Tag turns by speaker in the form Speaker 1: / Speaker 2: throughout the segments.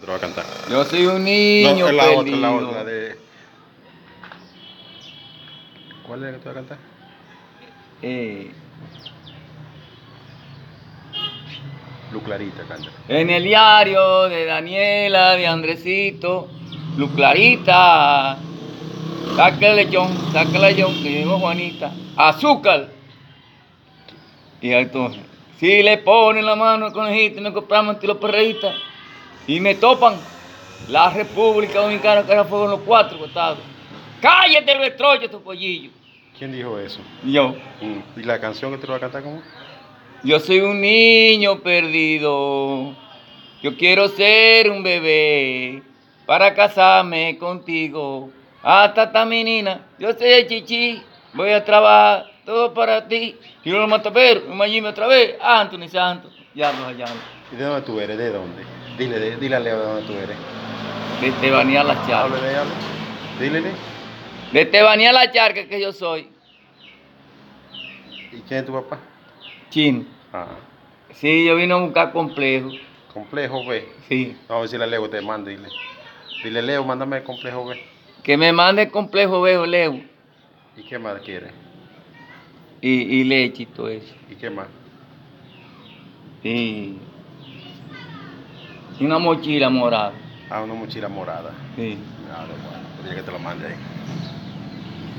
Speaker 1: te lo voy a cantar.
Speaker 2: Yo soy un
Speaker 1: No,
Speaker 2: niño
Speaker 1: es la otra, es la
Speaker 2: perdido.
Speaker 1: otra de. ¿Cuál es la que te voy a cantar?
Speaker 2: Eh,
Speaker 1: Lu Clarita canta.
Speaker 2: en el diario de Daniela, de Andresito, Luz Clarita. Saca el lechón, saca el lechón, que llegó Juanita. Azúcar. Y entonces, si le ponen la mano al conejito, no compramos los perreitas. Y me topan la República Dominicana, que ahora fueron los cuatro costados. Cállate, retrocho, tu pollillo.
Speaker 1: ¿Quién dijo eso?
Speaker 2: Y yo,
Speaker 1: Mm, ¿Y la canción que te lo voy a cantar cómo?
Speaker 2: Yo soy un niño perdido. Yo quiero ser un bebé para casarme contigo. Hasta ta menina, yo soy el chichi. Voy a trabajar todo para ti. Y lo matapero, imagíname otra vez. Anthony Santos. Ya nos hallamos.
Speaker 1: ¿Y de dónde tú eres? ¿De dónde? Dile, de, dile a Leo de dónde tú eres.
Speaker 2: De Estebanía la charca.
Speaker 1: Háblale, háblale. Dílele.
Speaker 2: De Estebanía la charca que yo soy.
Speaker 1: ¿Y quién es tu papá?
Speaker 2: Chin.
Speaker 1: Ah,
Speaker 2: Sí, yo vine a buscar complejo.
Speaker 1: complejo B.
Speaker 2: Sí.
Speaker 1: Vamos a decirle a Leo, te mando, dile. Dile, Leo, mándame el complejo B.
Speaker 2: Que me mande el complejo, veo, leo.
Speaker 1: ¿Y qué más quieres?
Speaker 2: Y, y leche y todo eso.
Speaker 1: ¿Y qué más?
Speaker 2: Sí. Y una mochila morada.
Speaker 1: Ah, una mochila morada.
Speaker 2: Sí.
Speaker 1: Claro, bueno, pero ya que te lo mande ahí.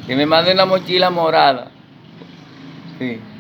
Speaker 2: Que me manden la mochila morada. Sí.